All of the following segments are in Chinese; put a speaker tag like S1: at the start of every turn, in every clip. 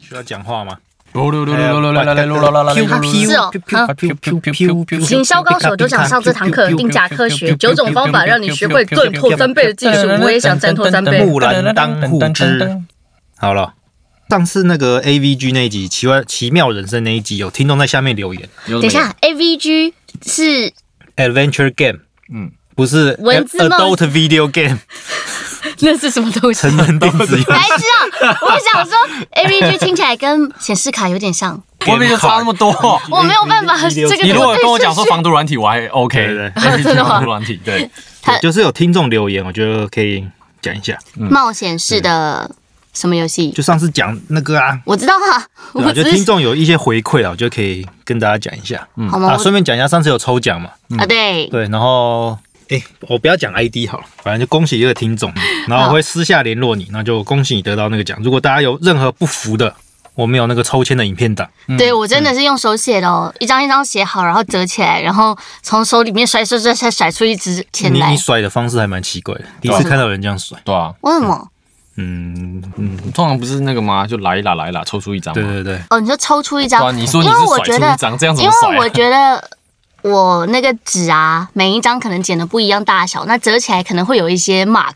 S1: 需要讲话吗？
S2: 行销高手都想上这堂课，定价科学九种方法让你学会赚破三倍的技术，我也想赚破三倍。
S1: 木兰当户织。好了，上次那个 A V G 那一集《奇怪奇妙人生》那一集，有听众在下面留言
S2: 等一下，A V G 是
S1: ，Adventure Game，
S3: 嗯
S1: 嗯，不是
S2: 文字冒
S1: Adult Video Game，
S2: 那是什么东西？
S1: 成人电子游
S2: 白
S1: 戏。
S2: 痴 啊！我想说，A V G 听起来跟显示卡有点像，
S3: 我没有差那么多。
S2: 我没有办法。
S1: 你
S2: 这个
S3: 你如果哎
S2: 对
S3: 跟我讲说
S2: 顺序
S3: 防毒软体，我 还 OK，
S1: 对对
S3: 但是
S2: 真的吗
S3: 防毒软体，对，
S2: 他
S1: 就是有听众留言，我觉得可以讲一下。
S2: 冒险式的什么游戏，
S1: 就上次讲那个啊，
S2: 我知道啊，
S1: 对吧
S2: 我
S1: 就
S2: 只
S1: 听
S2: 是
S1: 众有一些回馈了，我就可以跟大家讲一下。嗯
S2: 好吗
S1: 啊，？顺便讲一下，上次有抽奖嘛？
S2: 我啊，对，
S1: 对，然后哎、我不要讲 ID 好了，反正就恭喜一个听 众，然后我会私下联络你，那就恭喜你得到那个奖。如果大家有任何不服的，我们有那个抽签的影片档，
S2: 对我
S1: 嗯
S2: 真的是用手写的哦，一张一张写好，然后折起来，然后从手里面甩甩甩甩甩出一支钱
S1: 你
S2: 来
S1: 你。甩的方式还蛮奇怪的，第一次看到有人这样甩。
S3: 对啊，
S2: 为什么？
S1: 嗯嗯，
S3: 通常不是那个吗？就来一啦来一啦，抽出一张嘛。
S1: 对对对，
S2: 哦，你说抽出一
S3: 对啊，
S2: 张，
S3: 你说你
S2: 因为我
S3: 是甩
S2: 觉
S3: 出一
S2: 得，
S3: 张，这样怎
S2: 因
S3: 么甩
S2: 为
S3: 啊？
S2: 我觉得我那个纸啊，每一张可能剪的不一样大小，那折起来可能会有一些 mark。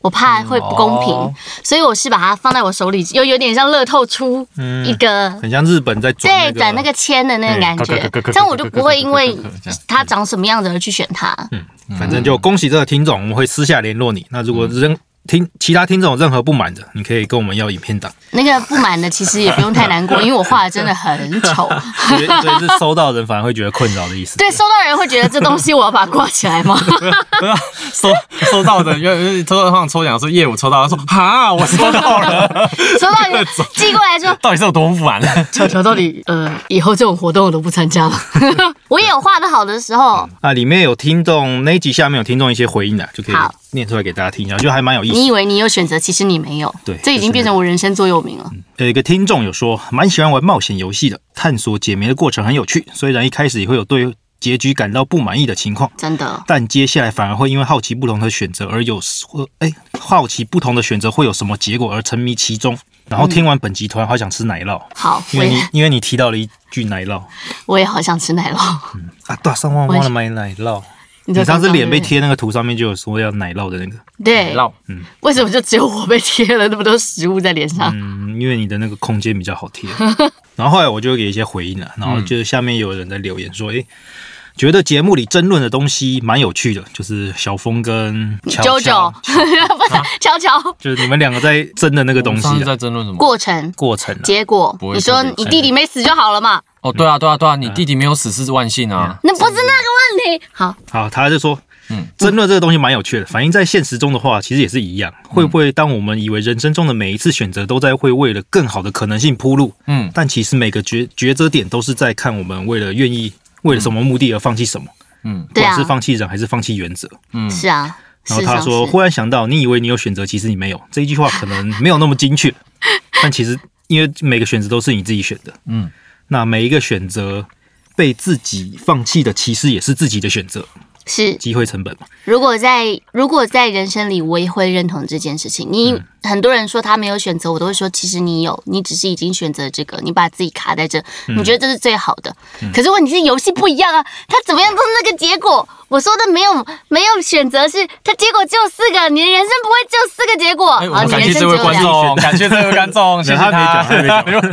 S2: 我怕会不公平，
S3: 哦
S2: 所以我是把它放在我手里，又有点像乐透出一个
S1: 很像日本在转
S2: 对，
S1: 那个
S2: 转那个签的那个感
S3: 嗯咯
S2: 觉
S3: 咯咯咯咯，
S2: 这样我就不会因为
S3: 咯咯咯咯这样
S2: 它长什么样子而去选它。
S1: 嗯反正就恭喜这个听众，我们会私下联络你。那如果任听其他听众有任何不满的，你可以跟我们要影 片档，
S2: 那个不满的其实也不用太难过，因为我画的真的很丑。
S1: 所以所以是收到的人反而会觉得困扰的意思。
S2: 对，收到人会觉得这东西我要把它挂起来吗？
S3: 不是啊收收到的，因为抽到他抽奖说业务抽到，他说 哈，我收到 了，
S2: 收到人寄过来说，
S3: 到底是有多不满？
S2: 巧巧到底呃以后这种活动我都不参加了。 我也有画的好的时候，
S1: 啊，里面有听众那一集下面有听众一些回应啊，就可以
S2: 好
S1: 念出来给大家听一下，就还蛮有意思的
S2: 你。以为你有选择，其实你没有。
S1: 对
S2: 这已经变成我人生座右铭了。
S1: 有呃一个听众有说，蛮喜欢玩冒险游戏的，探索解谜的过程很有趣。虽然一开始也会有对结局感到不满意的情况，
S2: 真的，
S1: 但接下来反而会因为好奇不同的选择而有，呃哎，好奇不同的选择会有什么结果而沉迷其中。然后听完本集，突然好想吃奶酪，
S2: 好，
S1: 因
S2: 嗯我
S1: 为你
S2: 也
S1: 因为你提到了一句奶酪
S2: 我也好想吃奶酪。
S1: 啊，大上万忘了买奶酪。
S2: 你知
S1: 你
S2: 道
S1: 上次
S2: 刚刚
S1: 脸被
S2: 对不对
S1: 贴那个图上面就有说要奶酪的那个，
S3: 哎
S2: 对，
S3: 绕
S2: 为什么就只有我被贴了那么多食物在脸上？
S1: 嗯，因为你的那个空间比较好贴。然后后来我就给一些回应了，然后就是下面有人在留言说，诶，觉得节目里争论的东西蛮有趣的，就是小峰跟乔
S2: 九九
S1: 乔，
S2: 不是乔乔。
S1: 就是你们两个在争的那个东西啊
S3: 上次
S1: 的
S3: 在争论什么？
S2: 过程、
S1: 过程啊。
S2: 结果
S3: 不，会
S2: 你
S3: 特
S2: 说
S3: 别
S2: 你弟弟没死就好了嘛？
S3: 哦，对啊，对啊，对啊，你弟弟没有死是万幸啊。
S2: 那不是那个问题。好，
S1: 好，他就说。
S3: 嗯
S1: 争论这个东西蛮有趣的，反映在现实中的话，其实也是一样。会不会当我们以为人生中的每一次选择都在会为了更好的可能性铺路，
S3: 嗯，
S1: 但其实每个抉抉择点都是在看我们为了愿意为了什么目的而放弃什么，不
S2: 对
S1: 管
S2: 啊
S1: 是，放弃人还是放弃原则。
S2: 是啊。
S1: 然后
S2: 事实
S1: 他
S2: 上
S1: 说：“
S2: 是
S1: 忽然想到，你以为你有选择，其实你没有。”这一句话可能没有那么精 确，但其实因为每个选择都是你自己选的，
S3: 嗯，
S1: 那每一个选择被自己放弃的，其实也是自己的选择，
S2: 是，
S1: 机会成本嘛。
S2: 如果在如果在人生里，我也会认同这件事情。你、
S3: 嗯
S2: 很多人说他没有选择，我都会说，其实你有，你只是已经选择这个，你把自己卡在这，
S3: 嗯
S2: 你觉得这是最好的。可是问题是游戏不一样啊，他怎么样都是那个结果。我说的没有没有选择是，他结果只有四个，你的人生不会只有四个结果。
S3: 哎，我
S2: 啊
S3: 们
S2: 你
S3: 感
S2: 人
S3: 谢
S2: 生
S3: 这
S2: 只有
S3: 位观
S2: 两个。
S3: 众，感谢这位观 众，谢谢哎
S1: 他没讲他没讲
S3: 没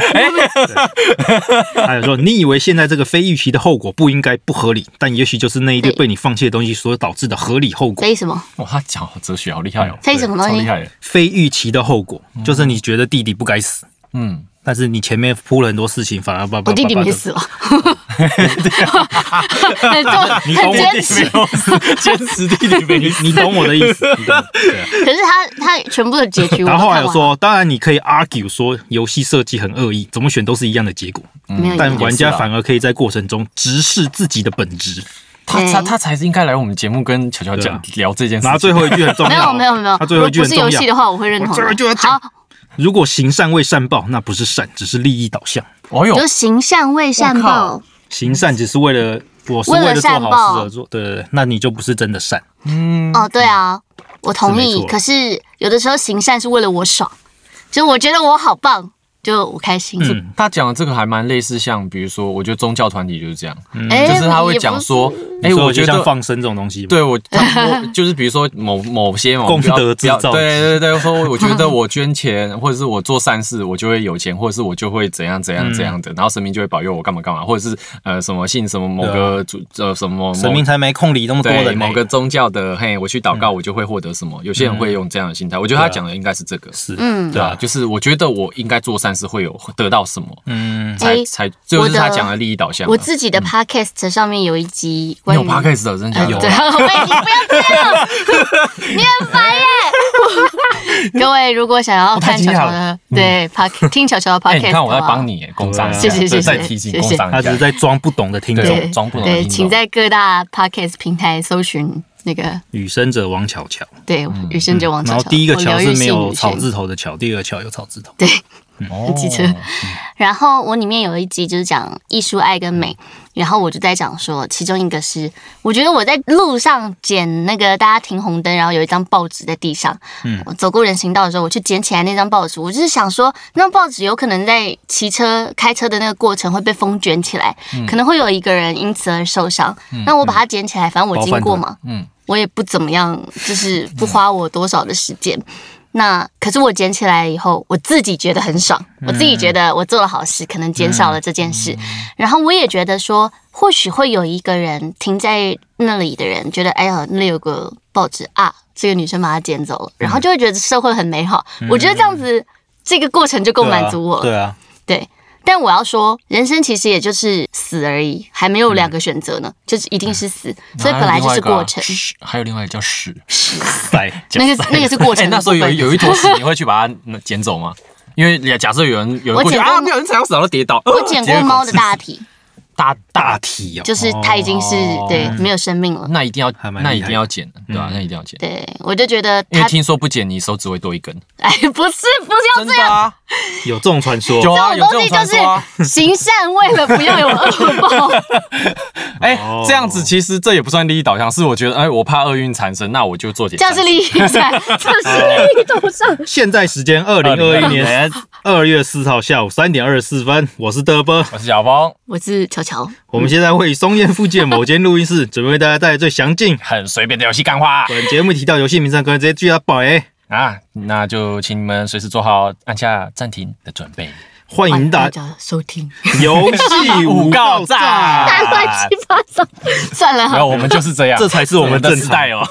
S3: 讲。
S1: 还有说，你以为现在这个非预期的后果不应该不合理，但也许就是那一个
S2: 对
S1: 被你放弃的东西所导致的合理后果。
S2: 飞什么？
S3: 哇，他讲好哲学，好厉害哦，
S2: 飞什么东
S3: 超厉
S2: 西？
S3: 害的。
S1: 非预期的后果就是你觉得弟弟不该死，
S3: 嗯，
S1: 但是你前面铺了很多事情，反而把把
S2: 我弟弟
S1: 把把
S2: 没死了，哦
S3: 啊
S2: 很重
S1: 你
S2: 很
S1: 懂
S2: 坚持。
S3: 有死， 坚持弟弟没
S1: 你你懂我的意思， 你懂我对啊。
S2: 可是他他全部的结局我都
S1: 然后
S2: 看完了，
S1: 后来有说，当然你可以 argue 说游戏设计很恶意，怎么选都是一样的结果，
S2: 没有
S1: 但
S2: 赢，
S1: 玩
S3: 也
S1: 家
S3: 是啊
S1: 反而可以在过程中直视自己的本质。
S3: 他
S2: 对
S3: 他他才是应该来我们节目跟乔乔讲聊这件事
S1: 然后
S3: 情。
S1: 最后一句很重要，
S2: 没有没有没有，
S1: 他
S2: 如
S1: 最后
S2: 果
S1: 一句
S2: 不
S1: 很
S2: 是游
S1: 重
S2: 戏的
S1: 要。
S2: 话，我会认同
S1: 我这就要
S2: 的。
S1: 讲哦
S2: 好，
S1: 如果行善为善报，那不是善，只是利益导向。
S3: 哦哟
S2: 就，行善未善报
S3: 我，
S1: 行善只是为了我是
S2: 为了
S1: 为了做
S2: 善
S1: 好
S2: 报
S1: 事而做，对对对，那你就不是真的善。
S3: 嗯，
S2: 哦，对啊，我同
S1: 是没
S2: 意。
S1: 错
S2: 可是有的时候行善是为了我爽，就我觉得我好棒，就我开心。
S1: 嗯
S3: 他讲的这个还蛮类似，像比如说，我觉得宗教团体就是这样，
S2: 哎
S3: 就是他会讲说，哎、
S1: 你说
S3: 我觉
S1: 就像
S3: 得
S1: 放生这种东西嘛，
S3: 对我，他 我就是比如说某某些某
S1: 功
S3: 不要
S1: 德
S3: 不要
S1: 制造
S3: 对对对，说我觉得我捐钱， 或者是我做善事，我就会有钱，或者是我就会怎样怎样怎样
S1: 嗯
S3: 的，然后神明就会保佑我干嘛干嘛，或者是呃什么信什么某个主呃什么某
S1: 啊神明才没空理那嗯么多
S3: 对
S1: 人呢。
S3: 某个宗教的嘿，我去祷告我就会获得什么，有些人会用这样的心态，我觉得他讲的应该是这个，
S1: 是，
S2: 嗯
S1: 嗯对
S3: 对啊，
S1: 啊，
S3: 就是我觉得我应该做善事会有得到什么，
S1: 嗯，
S3: 才
S2: 哎
S3: 才就是
S2: 我
S3: 他
S2: 的
S3: 讲的利益导向啊。
S2: 我自己的 podcast 上面有一集
S3: 你
S2: 关于
S3: 有 podcast 的，真的假
S2: 呃
S3: 的
S1: 有
S2: 对， 我已经不要这样了， 你很烦耶。 各位如果想要看巧
S3: 我
S2: 巧
S3: 太惊讶嗯
S2: 的对 pod 听巧巧 的
S3: 哎，
S2: podcast，
S3: 你看我在
S2: 的话
S3: 帮你哎工商一下，
S1: 谢
S2: 啊哦谢谢
S3: 对
S2: 谢
S3: 再
S2: 谢
S3: 提醒
S2: 谢
S3: 工
S2: 谢
S3: 商
S1: 他
S3: 一
S1: 只是
S3: 下。
S1: 在装不懂的听
S3: 对
S1: 众。
S2: 对
S3: 装不懂的
S2: 对，
S3: 听
S2: 请
S3: 众
S2: 在各大 podcast 平台搜寻那个
S1: 雨生者王巧巧，
S2: 对雨生者王巧
S1: 嗯然
S2: 巧，
S1: 后第一个
S2: 我
S1: 巧
S2: 疗
S1: 是
S2: 愈
S1: 没
S2: 系
S1: 有
S2: 女
S1: 草
S2: 神
S1: 字头的巧，第二个巧有草字头。
S2: 对，
S3: 哦
S2: 记者然后我里面有一集就是讲艺术、爱跟美，然后我就在讲说，其中一个是我觉得我在路上捡那个大家停红灯，然后有一张报纸在地上，嗯，我走过人行道的时候，我去捡起来那张报纸，我就是想说，那张报纸有可能在骑车、开车的那个过程会被风卷起来，
S1: 嗯
S2: 可能会有一个人因此而受伤。那我把它捡起来，反正我经过嘛，
S3: 嗯，
S2: 我也不怎么样，就是不花我多少的时间。那可是我捡起来以后，我自己觉得很爽，
S3: 嗯
S2: 我自己觉得我做了好事，可能减少了这件事。
S3: 嗯
S2: 然后我也觉得说，或许会有一个人停在那里的人觉得，哎呀，那里有个报纸啊，这个女生把它捡走了，
S3: 嗯
S2: 然后就会觉得社会很美好。我觉得这样子，这个过程就够
S1: 对啊
S2: 满足我了。
S1: 对啊，
S2: 对，但我要说，人生其实也就是死而已，还没有两个选择呢，
S3: 嗯
S2: 就是一定是死， 所以本来就是
S3: 啊
S2: 过程。
S3: 还有另外一个叫屎。
S1: 塞，
S2: 那个是那个是过程
S3: 哎，
S2: 的
S3: 那
S2: 部
S3: 时候
S2: 分。
S3: 有有一坨屎，你会去把它捡走吗？因为假设有人有
S2: 我
S3: 人过去
S2: 捡过
S3: 啊，没有人踩到屎，然后跌倒。
S2: 我捡过猫的大体，
S3: 大
S1: 大
S3: 大，
S1: 体哦，
S2: 就是它已经是
S3: 哦
S2: 对没有生命了。
S3: 那一定要
S1: 还蛮厉害嗯
S3: 那一定要捡的，对吧？啊那一定要捡，
S2: 对，我就觉得
S3: 因为
S2: 它，
S3: 听说不捡你手指会多一根。
S2: 哎，不是不是要
S3: 真的
S1: 哦
S3: 啊，
S1: 有这种传说。
S3: 有啊，
S2: 这
S3: 有
S2: 种
S3: 这种
S2: 东西就
S3: 传说啊。
S2: 是 行善，为了不要有恶报。
S3: 哎
S1: 哦，
S3: 这样子其实这也不算利益导向，是我觉得哎，我怕厄运缠身，那我就做点
S2: 这
S3: 善
S2: 样
S3: 事。
S2: 是利益善，这是利益导向。
S1: 现在时间二零二一年二月四号下午三点二十四分，我是德波。
S3: 我是小峰，
S2: 我是乔乔，
S1: 我们现在会以松烟附近的某间录音室，准备为大家带来最详尽。
S3: 很随便的游戏干话
S1: 本节目提到游戏名称，可能直接记到宝诶。
S3: 啊，那就请你们随时做好按下暂停的准备。
S1: 欢
S2: 欢
S1: 迎
S2: 迎大
S1: 打
S2: 家收听。
S1: 游戏五告
S3: 站
S2: 太乱七八糟， 算了
S3: 没
S2: 哈
S3: 有，。我们就是这样，
S1: 这才是我们
S3: 的
S1: 正
S3: 时
S1: 常
S3: 代哦。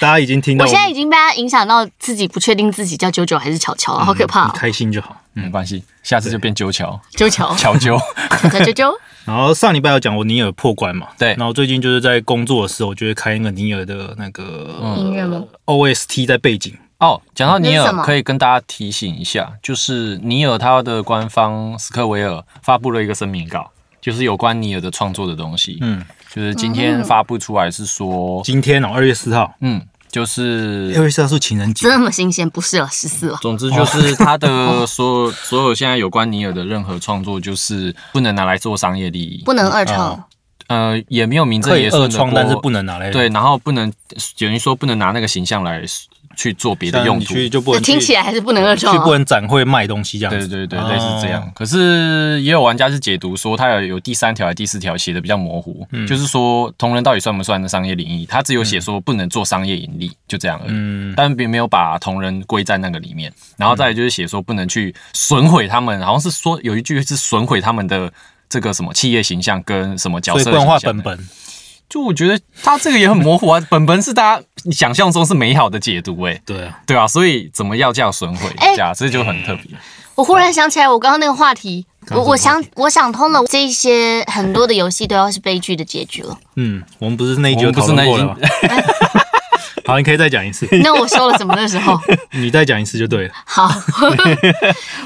S1: 大家已经听到
S2: 我
S1: 我
S2: 现在
S1: 们，
S2: 已经被他影响到自己不确定自己叫九九还是巧巧
S3: 嗯
S2: 了，好可
S1: 嗯
S2: 怕、
S1: 你
S2: 哦！
S1: 开心就好。
S3: 没关系，下次就变九桥
S2: 九 巧，
S3: 乔九。
S2: 巧巧九九，
S1: 然后上礼拜有讲过尼尔破关嘛，
S3: 对
S1: 然后最近就是在工作的时候，就会开一个尼尔的那
S3: 嗯
S1: 个呃
S2: 音乐吗？
S1: OST 在背景，
S3: 哦，讲到尼
S2: 那是
S3: 尔
S2: 什，么
S3: 可以跟大家提醒一下，就是尼尔他的官方斯科维尔发布了一个声明稿，就是有关尼尔的创作的东西。
S1: 嗯
S3: 嗯，就是今天发布出来是说，
S1: 今天哦，二月四号，
S3: 嗯，就是
S1: 二月四号是情人节，
S2: 这么新鲜，不是了，十四了。
S3: 总之就是他
S1: 哦
S3: 的所有所有现在有关尼尔的任何创作，就是不能拿来做商业利益，
S2: 不能二创，
S3: 呃，也没有名正
S1: 可以
S3: 言顺
S1: 二
S3: 的
S1: 创，
S3: 过
S1: 但是不能拿来
S3: 对，然后不能等于说不能拿那个形象来去做别的
S1: 像
S3: 用
S1: 你
S3: 途。
S1: 去啊就不
S2: 这
S1: 能
S2: 听起
S1: 来
S2: 来还是不能二
S1: 去
S2: 创、
S1: 不
S2: 啊。
S1: 能展会卖东西这样
S3: 对
S1: 子，
S3: 对对，
S1: 哦
S3: 类似这样。可是也有玩家是解读说，他有有第三条、还是第四条写的比较模糊，
S1: 嗯
S3: 就是说同人到底算不算商业领域？他只有写说不能做商业盈利，就这样而已。
S1: 嗯
S3: 但并没有把同人归在那个里面。然后再来就是写说不能去损毁他们，好像是说有一句是损毁他们的这个什么企业形象跟什么角
S1: 所
S3: 色
S1: 以不能画
S3: 形象
S1: 本本，
S3: 就我觉得他这个也很模糊啊， 本本是大家想象中是美好的解读、欸，哎，
S1: 对啊，
S3: 对啊，所以怎么要叫损毁
S2: 哎
S3: 这样，这就很特别。
S2: 我忽然想起来，我刚刚那个话题，
S1: 刚
S2: 我
S1: 刚什么
S2: 我想我想通了，这一些很多的游戏都要是悲剧的结局了。
S1: 嗯，我们不是那一集就
S3: 我们不
S1: 讨
S3: 是
S1: 论
S3: 那一
S1: 过了吗？ 好，你可以再讲一次，
S2: 那我说了什么的时候？
S1: 你再讲一次就对了。
S2: 好，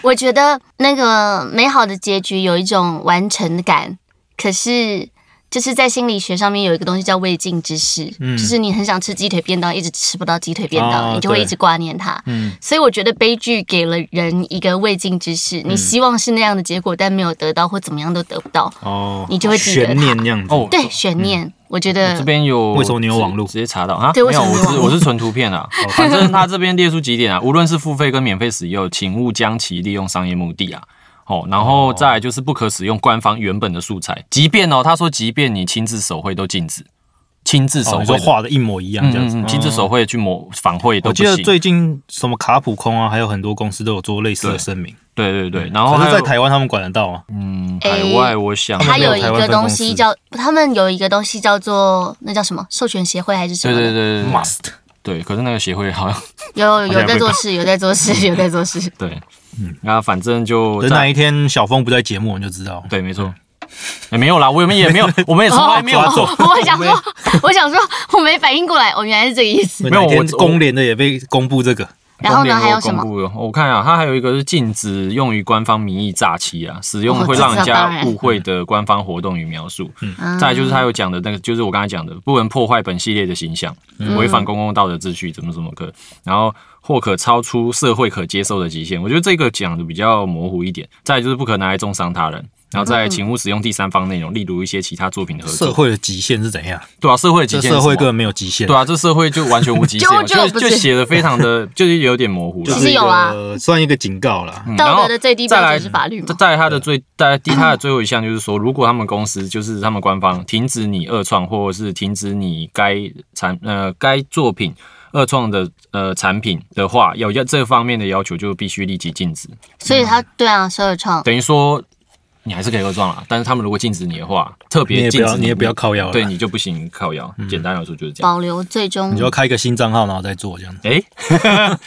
S2: 我觉得那个美好的结局有一种完成感，可是就是在心理学上面有一个东西叫未尽之事，
S1: 嗯
S2: 就是你很想吃鸡腿便当，一直吃不到鸡腿便
S1: 哦
S2: 当，你就会
S1: 对
S2: 一直挂念它。
S1: 嗯
S2: 所以我觉得悲剧给了人一个未尽之事，
S1: 嗯
S2: 你希望是那样的结果，但没有得到或怎么样都得不到，
S1: 哦，
S2: 你就会记得它
S1: 悬念那样子。
S3: 哦，
S2: 对悬念，我觉得
S3: 这边有
S1: 为什么你有网路哦
S3: 直直接查到啊？
S2: 对
S3: 没
S2: 为什
S3: 有，
S2: 么
S3: 我
S2: 你有
S3: 是
S2: 网路
S3: 我是纯图 片啊。反正他这边列出几点啊，无论是付费跟免费使用，请勿将其利用商业目的啊。哦，然后再来就是不可使用官方原本的素材，即便哦，他说即便你亲自手绘都禁止，亲自手
S1: 哦，
S3: 绘
S1: 你说
S3: 的、
S1: 画的一模一样
S3: 嗯
S1: 这样子
S3: 嗯，嗯，亲自手
S1: 哦。
S3: 绘去模仿绘都
S1: 我
S3: 不
S1: 记得
S3: 行。
S1: 最近什么卡普空啊，还有很多公司都有做类似的
S3: 对
S1: 声明。嗯
S3: 对对对，然后
S1: 可
S3: 还
S1: 是，
S3: 有
S1: 在台湾他们管得到啊吗？
S3: 嗯海
S2: 诶
S3: 外，我想
S2: 它
S1: 没有
S2: 一
S1: 台湾
S2: 个
S1: 分
S2: 东
S1: 公
S2: 西
S1: 司
S2: 叫他们有一个东西叫做那叫什么授权协会还是什
S3: 对
S2: 么
S3: 对
S2: 的？
S3: 对对
S1: Must。
S3: 对，可是那个协会好像
S2: 有
S1: 好
S2: 有
S1: 像
S2: 在
S1: 被
S2: 做
S1: 打
S2: 事，有在做事，有在做事。
S3: 对，嗯，那反正就
S1: 等
S3: 在
S1: 哪一天小峰不在节目，我们就知道。
S3: 对，没错。也没有啦，我们也没有，我们也从来没有
S1: 抓走
S2: 哦我想说，我想说，我没反应过来，哦，原来是这个意思。
S1: 没
S3: 没有
S1: 有，
S3: 我
S1: 我公联的也被公布这个
S2: 然后
S3: 公
S2: 呢，
S3: 联
S2: 还有什
S3: 公
S2: 么？
S3: 布了。我看啊，它还有一个是禁止用于官方名义诈欺啊，使用
S2: 哦
S3: 会让人
S2: 这当然
S3: 家误会的官方活动与描述。
S2: 嗯
S3: 再来就是他有讲的那个，就是我刚才讲的，不能破坏本系列的形象，
S2: 嗯
S3: 违反公共道德秩序，怎么怎么可，然后或可超出社会可接受的极限。我觉得这个讲的比较模糊一点。再来就是不可拿来重伤他人，然后
S2: 嗯
S3: 再来请勿使用第三方内容，例如一些其他作品的合
S1: 社
S3: 作。
S1: 会的极限是怎样？
S3: 对啊，社会的极
S1: 这
S3: 限是
S1: 社
S3: 什
S1: 会
S3: 么
S1: 根本没有极限。
S3: 对啊，这社会就完全无极限了，
S2: 就就
S3: 就
S2: 不
S3: 就是写的非常的，就是有点模糊
S1: 就
S3: 了
S2: 其
S1: 是
S2: 实
S1: 一
S2: 有啊
S1: 个算一个警告啦。
S3: 嗯然
S2: 道
S3: 后
S2: 德的最低标
S3: 再来
S2: 准是法律嘛？
S3: 再来他的最，在第他的最后一项就是说，如果他们公司就是他们官方停止你二创，或者是停止你该产呃该作品二创的呃产品的话，有要这方面的要求就必须立即禁止。
S2: 所以他对啊，所有创
S3: 等于说你还是可以二创啊啦，但是他们如果禁止你的话，特
S1: 你
S3: 别
S1: 也不
S3: 禁
S1: 要，
S3: 止
S1: 你也不要，靠腰嗯了。
S3: 对，你就不行靠腰。简单来说就是这样。
S2: 保留最终
S1: 你就要开一个新账号，然后再做这样。
S3: 哎、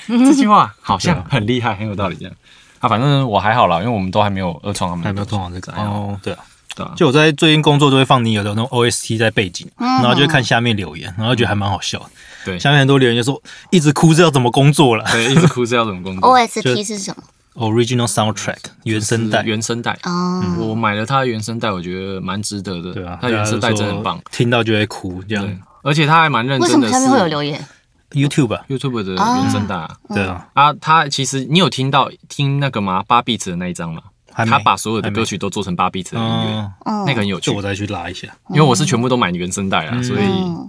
S3: 这句话好像
S1: 啊
S3: 很厉害，很有道理这样。啊，反正我还好啦，因为我们都还没有二创他们
S1: 还
S3: 的
S1: 没有
S3: 东西，
S1: 通往这个
S3: 还好
S1: 哦，对啊，
S3: 对啊
S1: 就我在最近工作都会放你有的那种 OST 在背景，
S2: 嗯
S1: 然后就会看下面留言，然后觉得还蛮好笑的。
S3: 对
S1: 下面很多留言就说一直哭是要怎么工作了
S3: 对，一直哭是要怎么工作？
S1: 就
S2: OST 是什么？
S1: ？Original soundtrack 原声带
S3: 是，原声带。嗯
S2: 哦，
S3: 我买了他的原声带，我觉得蛮值得的。
S1: 对啊，啊
S3: 他原声带真的很棒。，
S1: 听到就会哭这
S3: 对啊
S1: 样。，
S3: 而且他还蛮认
S2: 为什
S3: 真
S2: 么
S3: 的。
S2: 下面会有留言？哦嗯
S1: YouTube 吧，
S3: YouTube 的原声带啊？
S1: 对啊，
S3: 啊，他其实你有听到听那个吗？八 b 子的那一张吗？
S1: 还没
S3: 他把所有的
S1: 还没
S3: 歌曲都做成八 b 子的音乐，
S1: 嗯，
S2: 嗯
S3: 那个很有趣
S1: 就。我再去拉一下。
S3: 因为我是全部都买原声带啦，啊
S1: 嗯
S3: 所以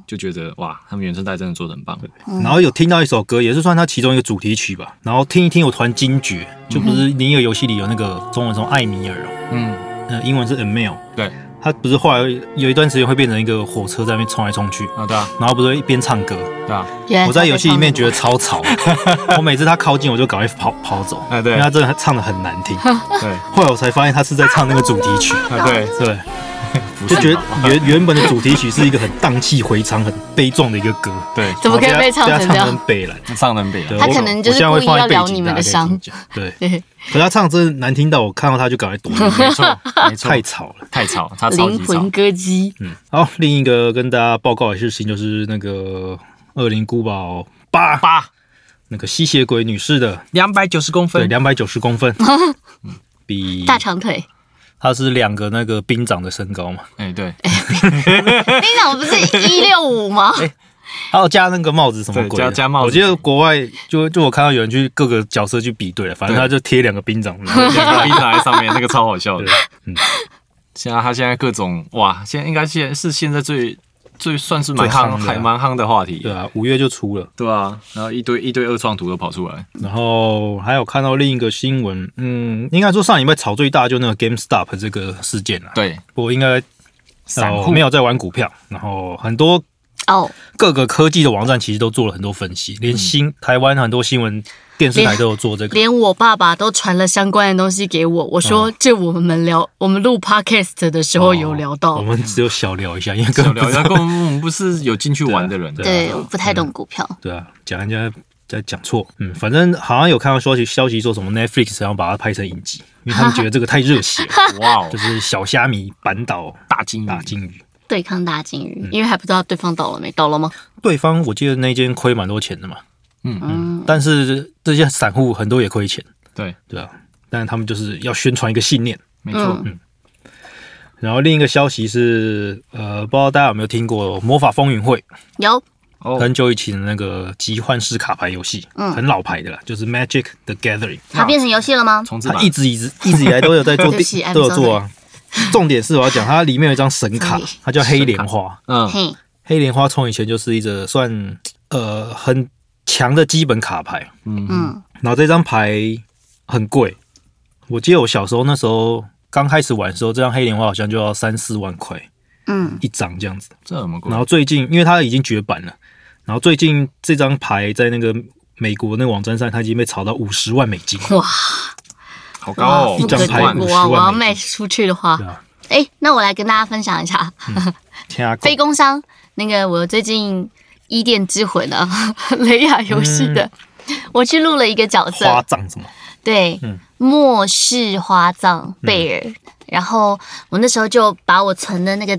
S3: 就觉得哇，他们原声带真的做的很棒。
S1: 然后有听到一首歌，也是算它其中一个主题曲吧。然后听一听，我突然惊觉，就不是《尼尔》游戏里有那个中文从艾米尔哦，
S3: 嗯，
S1: 呃，英文是 Emil，
S3: 对，
S1: 他不是后来有一段时间会变成一个火车在那边冲来冲去，
S3: 啊对啊
S1: 然后不是会一边唱歌。
S3: 对啊，
S2: 原来
S1: 我
S2: 他
S1: 在游戏里面
S2: 唱
S1: 觉得超 吵，我每次他靠近我就赶快跑跑走，
S3: 哎对
S1: 因为他真的唱的很难听。
S3: 对
S1: 后来我才发现他是在唱那个主题曲，
S3: 啊对，
S1: 对，就觉得原原本的主题曲是一个很荡气回肠、很悲壮的一个歌，
S3: 对，
S2: 怎么可以被唱
S1: 然后被他被
S2: 成这
S1: 他唱
S2: 样？
S1: 成悲了？
S3: 上南北了。
S1: 对
S2: 他
S1: 我
S2: 可能就
S1: 我
S2: 是
S1: 现在会
S2: 故意要
S1: 放在背景
S2: 聊你们的伤
S1: 大家可以听一下对，
S2: 对，
S1: 可是他唱真的难听到我看到他就赶快躲进去，
S3: 没错，没错，
S1: 太吵了。嗯
S3: 太吵，他超级
S2: 灵
S3: 吵
S2: 魂。歌姬，
S1: 好，另一个跟大家报告的事情就是那个《恶灵古堡八》
S3: 八
S1: 那个吸血鬼女士的
S3: 两百九十公
S1: 对，
S3: 分，
S1: 两百九十公分， 嗯比
S2: 大长腿。
S1: 他是两个那个兵长的身高嘛，
S3: 哎对，
S2: 兵长不是一六五吗？
S1: 还有加那个帽子什么
S3: 对
S1: 鬼的
S3: 加加帽子
S1: 我记得国外就就我看到有人去各个角色去比对了，反正
S3: 对
S1: 他就贴两个兵长，然 后就
S3: 两个冰在上面，那个超好笑的
S1: 对。嗯
S3: 现在他现在各种哇，现在应该现在是现在最最算是蛮
S1: 最夯
S3: 夯
S1: 的啊
S3: 还蛮夯的话题，
S1: 对啊，五月就出了，
S3: 对啊，然后一堆一堆二创图都跑出来，
S1: 然后还有看到另一个新闻，嗯，应该说上礼拜吵最大就那个 GameStop 这个事件了，
S3: 对，
S1: 我应该
S3: 散
S1: 呃
S3: 户
S1: 没有在玩股票，然后很多
S2: 哦，
S1: 各个科技的网站其实都做了很多分析，
S3: 嗯
S1: 连新台湾很多新闻电视台都有做这个，哦
S2: 连我爸爸都传了相关的东西给我。我
S1: 嗯
S2: 说这我们聊，我们录 podcast 的时候有聊
S1: 哦我
S2: 到。
S1: 们只有小聊一下，因为根
S3: 小
S1: 本不
S3: 聊一
S1: 知
S3: 下，
S1: 道
S3: 跟我们我们不是有进去玩的人，
S1: 对
S2: 对，我不太懂股票。
S1: 对啊，讲人家在讲错，嗯，反正好像有看到消息，消息说什么 Netflix 想要把它拍成影集，因为他们觉得这个太热 血了，
S3: 哇哦
S1: 就，是小虾米扳倒
S3: 大金鱼
S1: 大金鱼。
S2: 对抗大金
S1: 嗯
S2: 鱼，因为还不知道对方倒了没，倒了吗？
S1: 对方我记得那间亏蛮多钱的嘛，
S2: 嗯，
S1: 但是这些散户很多也亏钱，
S3: 对，
S2: 嗯
S1: 对啊，但是他们就是要宣传一个信念。
S3: 没错，
S1: 然后另一个消息是，呃，不知道大家有没有听过《魔法风云会》，
S2: 有
S3: 哦，
S1: 很久以前的那个集幻式卡牌游戏，
S2: 嗯
S1: 很老牌的啦，就是 Magic the Gathering，
S2: 它变成游戏了吗？
S3: 重置
S1: 它
S3: 版
S1: 一直一直一直以来都有在做
S2: 对不起
S1: 电
S2: I'm
S1: 都有做啊。重点是我要讲，它里面有一张神卡
S2: Sorry，
S1: 它叫黑莲花。
S3: 嗯
S2: 嘿，
S1: 黑莲花从以前就是一个算呃很强的基本卡牌，
S3: 嗯
S2: 嗯，
S1: 然后这张牌很贵。我记得我小时候那时候刚开始玩的时候，这张黑莲花好像就要三四万块
S2: 嗯，
S1: 一张这样子。
S3: 这怎么贵
S1: 然？后最近因为它已经绝版了，然后最近这张牌在那个美国那个网站上，它已经被炒到五十万美金。
S3: 好高哦，
S1: 一张牌
S3: 万
S1: 50
S2: 我
S1: 万
S2: 啊我要
S1: 美
S2: 卖出去的话
S1: 对啊，
S2: 哎，那我来跟大家分享一下
S1: 天啊！
S2: 非工商那个，我最近伊甸之魂啊，雷亚游戏的，我去录了一个角色
S1: 花，葬什么？
S2: 对，末世花葬贝尔。然后我那时候就把我存的那个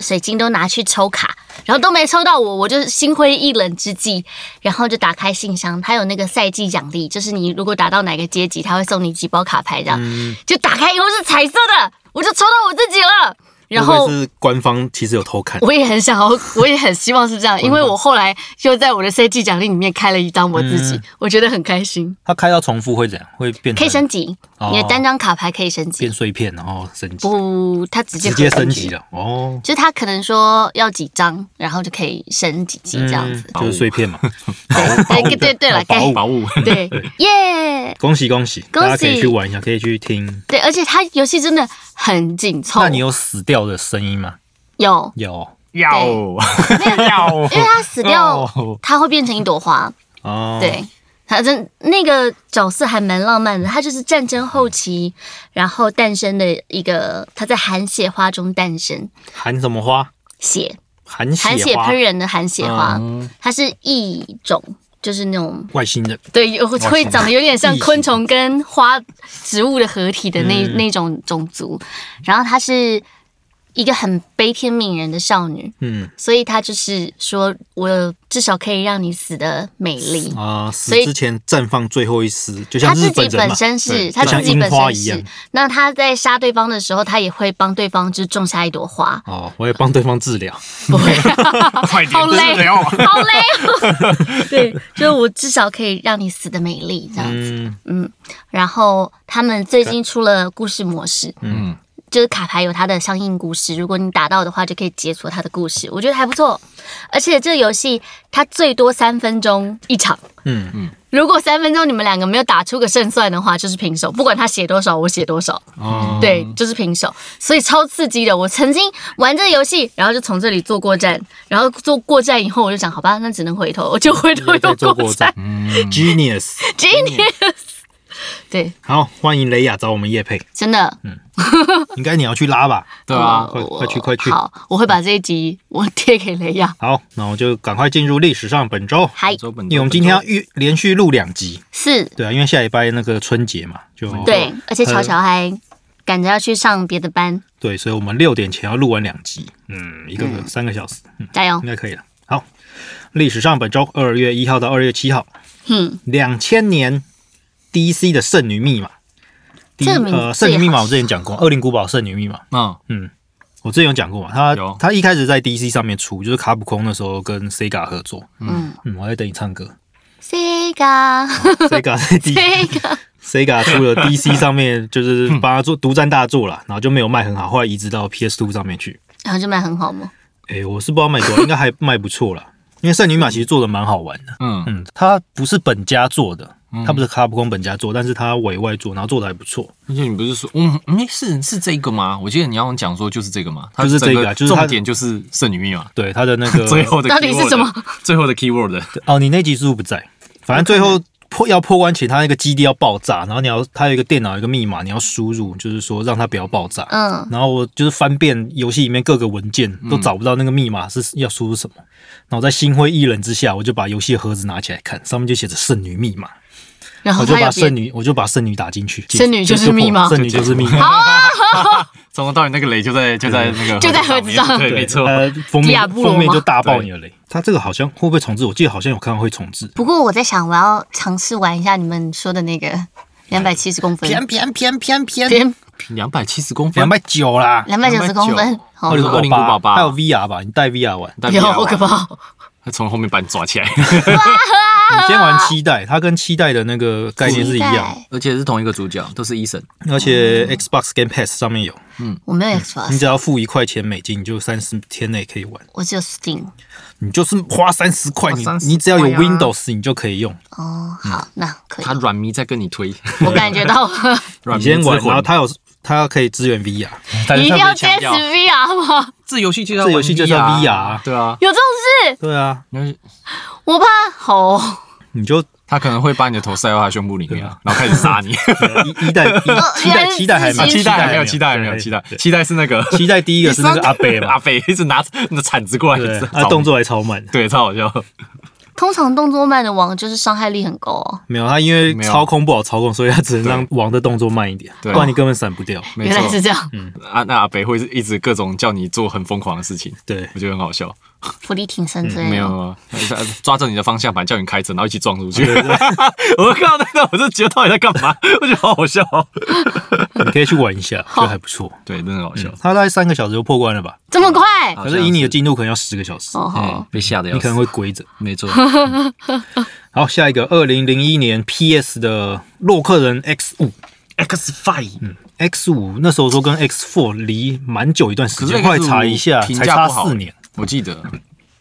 S2: 水晶都拿去抽卡，然后都没抽到我，我就心灰意冷之际，然后就打开信箱，它有那个赛季奖励，就是你如果达到哪个阶级，它会送你几包卡牌这样。就打开以后是彩色的，我就抽到我自己了。然
S1: 会不
S2: 后
S1: 会是官方其实有偷看，
S2: 我也很想要，我也很希望是这样，因为我后来就在我的 CG 奖励里面开了一张我自己，我觉得很开心，
S1: 它开到重复会怎样？会变成
S2: 可以升级，
S1: 哦
S2: 你的单张卡牌可以升级
S1: 变。碎片，然后升级，
S2: 不，它直接
S1: 直接
S2: 可以
S1: 升级，了哦。
S2: 就是它可能说要几张，然后就可以升几级这样子。
S1: 嗯就是碎片嘛。嗯
S2: 对对对对了，
S1: 宝
S2: 该
S1: 物
S3: 宝物，
S2: 对耶，
S1: 恭喜恭喜，
S2: 恭喜
S1: 大家可以去玩一下，可以去听。
S2: 对，而且它游戏真的很紧凑。
S1: 那你有哦死掉的声音吗？
S2: 有，
S1: 有
S3: 要哦要，
S2: 因为它死掉，它会变成一朵花，
S1: 哦，
S2: 对，反正那个角色还蛮浪漫的，他就是战争后期，然后诞生的一个，他在含血花中诞生，
S1: 含什么花？
S2: 血
S1: 含血
S2: 含血
S1: 花
S2: 喷，人的含血花，
S3: 嗯
S2: 它是异种，就是那种
S1: 外星人。
S2: 对，有会长得有点像
S1: 异形
S2: 昆虫跟花植物的合体的那、
S1: 嗯
S2: 那种种族，然后她是一个很悲天悯人的少女，
S1: 嗯
S2: 所以她就是说我至少可以让你死的美丽。
S1: 啊，死
S2: 所以
S1: 之前绽放最后一丝，就
S2: 他
S1: 像
S2: 自
S1: 日
S2: 己
S1: 本人
S2: 本
S1: 嘛。
S2: 身是，
S3: 对
S2: 他
S1: 就
S2: 自
S1: 像
S2: 己
S1: 樱
S2: 本
S1: 花
S2: 身
S1: 一
S2: 是
S1: 样。。
S2: 那他在杀对方的时候，他也会帮对方就是种下一朵花
S1: 哦，我也帮对方治疗。
S2: 不 会，
S3: 快点，
S2: 好累
S3: 真的要
S2: 好累 哦。对，就是我至少可以让你死的美丽这样子。
S1: 嗯
S2: 然后他们最近出了故事模式，
S3: 嗯，
S2: 就是卡牌有它的相应故事，如果你打到的话，就可以解锁它的故事，我觉得还不错。而且这个游戏它最多三分钟一场，
S1: 嗯嗯
S2: 如果三分钟你们两个没有打出个胜算的话，就是平手，不管他写多少，我写多少，
S1: 哦，
S2: 对，就是平手，所以超刺激的。我曾经玩这个游戏，然后就从这里坐过站，然后坐过站以后，我就想，好吧，那只能回 头，我就回头
S1: 对，
S2: 又
S1: 做
S2: 过
S1: 过
S2: 站
S1: 站。，Genius。
S2: Genius，对，
S1: 好，欢迎雷亚找我们叶配，
S2: 真的，
S1: 应该你要去拉吧？
S3: 对啊，
S1: 嗯快
S2: 我
S1: 快去快去
S2: 好，我会把这一集我贴给雷亚。
S1: 好，那我就赶快进入历史上本周，
S2: 嗨，
S3: 周本周
S1: 因为我们今天要预连续录两集，
S2: 是，
S1: 对啊，因为下礼拜那个春节嘛，就
S2: 对，而且巧巧还赶着要去上别的班，
S1: 对，所以我们六点前要录完两集，嗯，一个三个小时，嗯，
S2: 加油
S1: 应！该可以了。好，历史上本周二月一号到二月七号，
S2: 哼，
S1: 两千年 DC 的圣女密码，第
S2: 这个名字
S1: 呃圣女密
S2: 最
S1: 码
S2: 好
S1: 我之前讲过，恶灵古堡圣女密码，
S3: 嗯
S1: 嗯，我之前有讲过嘛，它
S3: 有
S1: 它一开始在 DC 上面出，就是卡普空那时候跟 Sega 合作，
S2: 嗯
S1: 嗯，我在等你唱歌
S2: ，Sega，Sega，
S1: ，Sega 在 D Sega 出了 DC 上面，就是帮他做独占大作啦，然后就没有卖很好，后来移植到 PS Two 上面去。
S2: 然后就卖很好嘛。
S1: 诶、我是不知道卖多少，应该还卖不错啦。因为圣女玛其实做的蛮好玩的，
S3: 嗯，
S1: 嗯，它不是本家做的，它不是卡普空本家做，但是它委外做，然后做的还不错。
S3: 而且你不是说，嗯，嗯，是是这个吗？我记得你要讲说就是这个嘛，它
S1: 就是这个啊
S3: 整
S1: 就是它
S3: 重点就是圣女密码，
S1: 对，它的那个
S3: 最后的
S2: 到底是
S3: keyword
S2: 什么？
S3: 最后的 keyword
S1: 哦，你那集是不是不在？反正最后破要破关前，它那个基地要爆炸，然后你要它有一个电脑有一个密码，你要输入，就是说让它不要爆炸。
S2: 嗯，
S1: 然后我就是翻遍游戏里面各个文件，都找不到那个密码是要输入什么。然后在心灰意冷之下，我就把游戏盒子拿起来看，上面就写着“圣女密码”，
S2: 然后
S1: 我就
S2: 哦他有
S1: 把
S2: 别
S1: 圣女，我就把圣女打进去，
S2: 圣女就是密码
S1: 破圣女就是密码，
S3: 从头到尾那个雷就在就在那个
S2: 就在盒子上
S3: 面 对，
S1: 对
S3: 没错，
S1: 呃封
S2: 迪亚
S1: 面
S2: 布罗吗
S1: 封面就大爆你的雷。它这个好像会不会重置？我记得好像有看到会重置。
S2: 不过我在想，我要尝试玩一下你们说的那个两百七十公分。
S1: 偏偏偏偏偏，
S2: 偏
S3: 两百七十公分
S1: 两，百九啦，
S2: 两百九十公分，哦好
S3: 二零
S2: 好
S3: 二零五八八，
S1: 还有 VR 吧？你带 VR 玩，
S3: 代
S2: 有
S3: 表
S2: 好可怕哦，
S3: 他啊从后面把你抓起来，
S2: 啊
S1: 你先玩七代，它跟七代的那个概念是一样，
S3: 而且是同一个主角，都是医生。
S1: 而且
S2: 哦
S1: Xbox Game Pass 上面有，
S2: 我没有
S1: 你只
S2: Xbox，
S1: 要付一块钱美金，你就三十天内可以玩。
S2: 我只有 Steam。
S1: 你就是花三十块，你
S3: 30
S1: 你只要有
S3: 块啊
S1: Windows，你就可以用。
S2: 哦，好，那可以
S3: 他，软迷在跟你 推，
S2: 我感觉到
S3: 软
S1: 你
S3: 迷之
S1: 先玩，然后
S3: 魂。
S1: 它有它可以支援 VR，
S3: 但
S2: 你
S3: 是
S2: 一
S3: 特
S2: 定
S3: 别
S2: 要
S3: 强
S2: 坚持
S3: 调
S2: VR 吗？
S3: 这游戏就叫
S1: 这游戏就叫 VR
S3: 对啊，
S2: 有这种事？
S1: 对啊，
S3: 因为
S2: 我怕好哦，
S1: 你就
S3: 他可能会把你的头塞到他胸部里面啊，然后开始杀 你。
S1: 呃一一代一七代
S2: 原来是
S1: 七代还
S2: 自
S1: 没
S3: 啊，
S1: 有，
S2: 己
S3: 期待还没有，期
S1: 期
S3: 待
S1: 待
S3: 还没有，期待
S1: 对
S3: 期待是 那个
S1: 七代第一个是那个阿贝
S3: 阿
S1: 嘛，
S3: 北一直拿着那铲子过来，
S1: 对，
S3: 找
S1: 他
S3: 你
S1: 动作还超慢的。
S3: 对，超好笑。
S2: 通常动作慢的王就是伤害力很高哦。
S1: 没有，他因为
S3: 没有
S1: 操控不好操控，所以他只能让王的动作慢一点，不
S3: 对
S1: 然你根本闪不掉。
S3: 没
S2: 原来是
S3: 错，
S2: 这样，
S3: 啊，那阿北会一直各种叫你做很疯狂的事情，
S1: 对，
S3: 我觉得很好笑。
S2: 伏地挺啊身之类的。
S3: 嗯没有，没有没有抓着你的方向盘叫你开车，然后一起撞出去。 我看到那个，我就觉得到底在干嘛？ 我觉得好好笑哦。
S1: 你可以去玩一下，就还不错。
S3: 对，真的很好笑。
S1: 他大概三个小时就破关了吧？
S2: 这么快？
S3: 好
S1: 可是以你的进度可能要十个小时，
S2: 哦
S3: 嗯
S2: 好，，
S3: 被吓得要
S1: 你可能
S3: 死。
S1: 会规着。
S3: 没错，
S1: 好，下一个，二零零一年 PS 的洛克人 X 五嗯
S3: X Five，
S1: ，X 五那时候说跟 X Four 离蛮久一段时
S3: 可是
S1: 间，
S3: 那
S1: 后
S3: 个
S1: 来
S3: 是
S1: 查一下，
S3: 评
S1: 才
S3: 价
S1: 差
S3: 不好欸
S1: 四年，嗯
S3: 我记得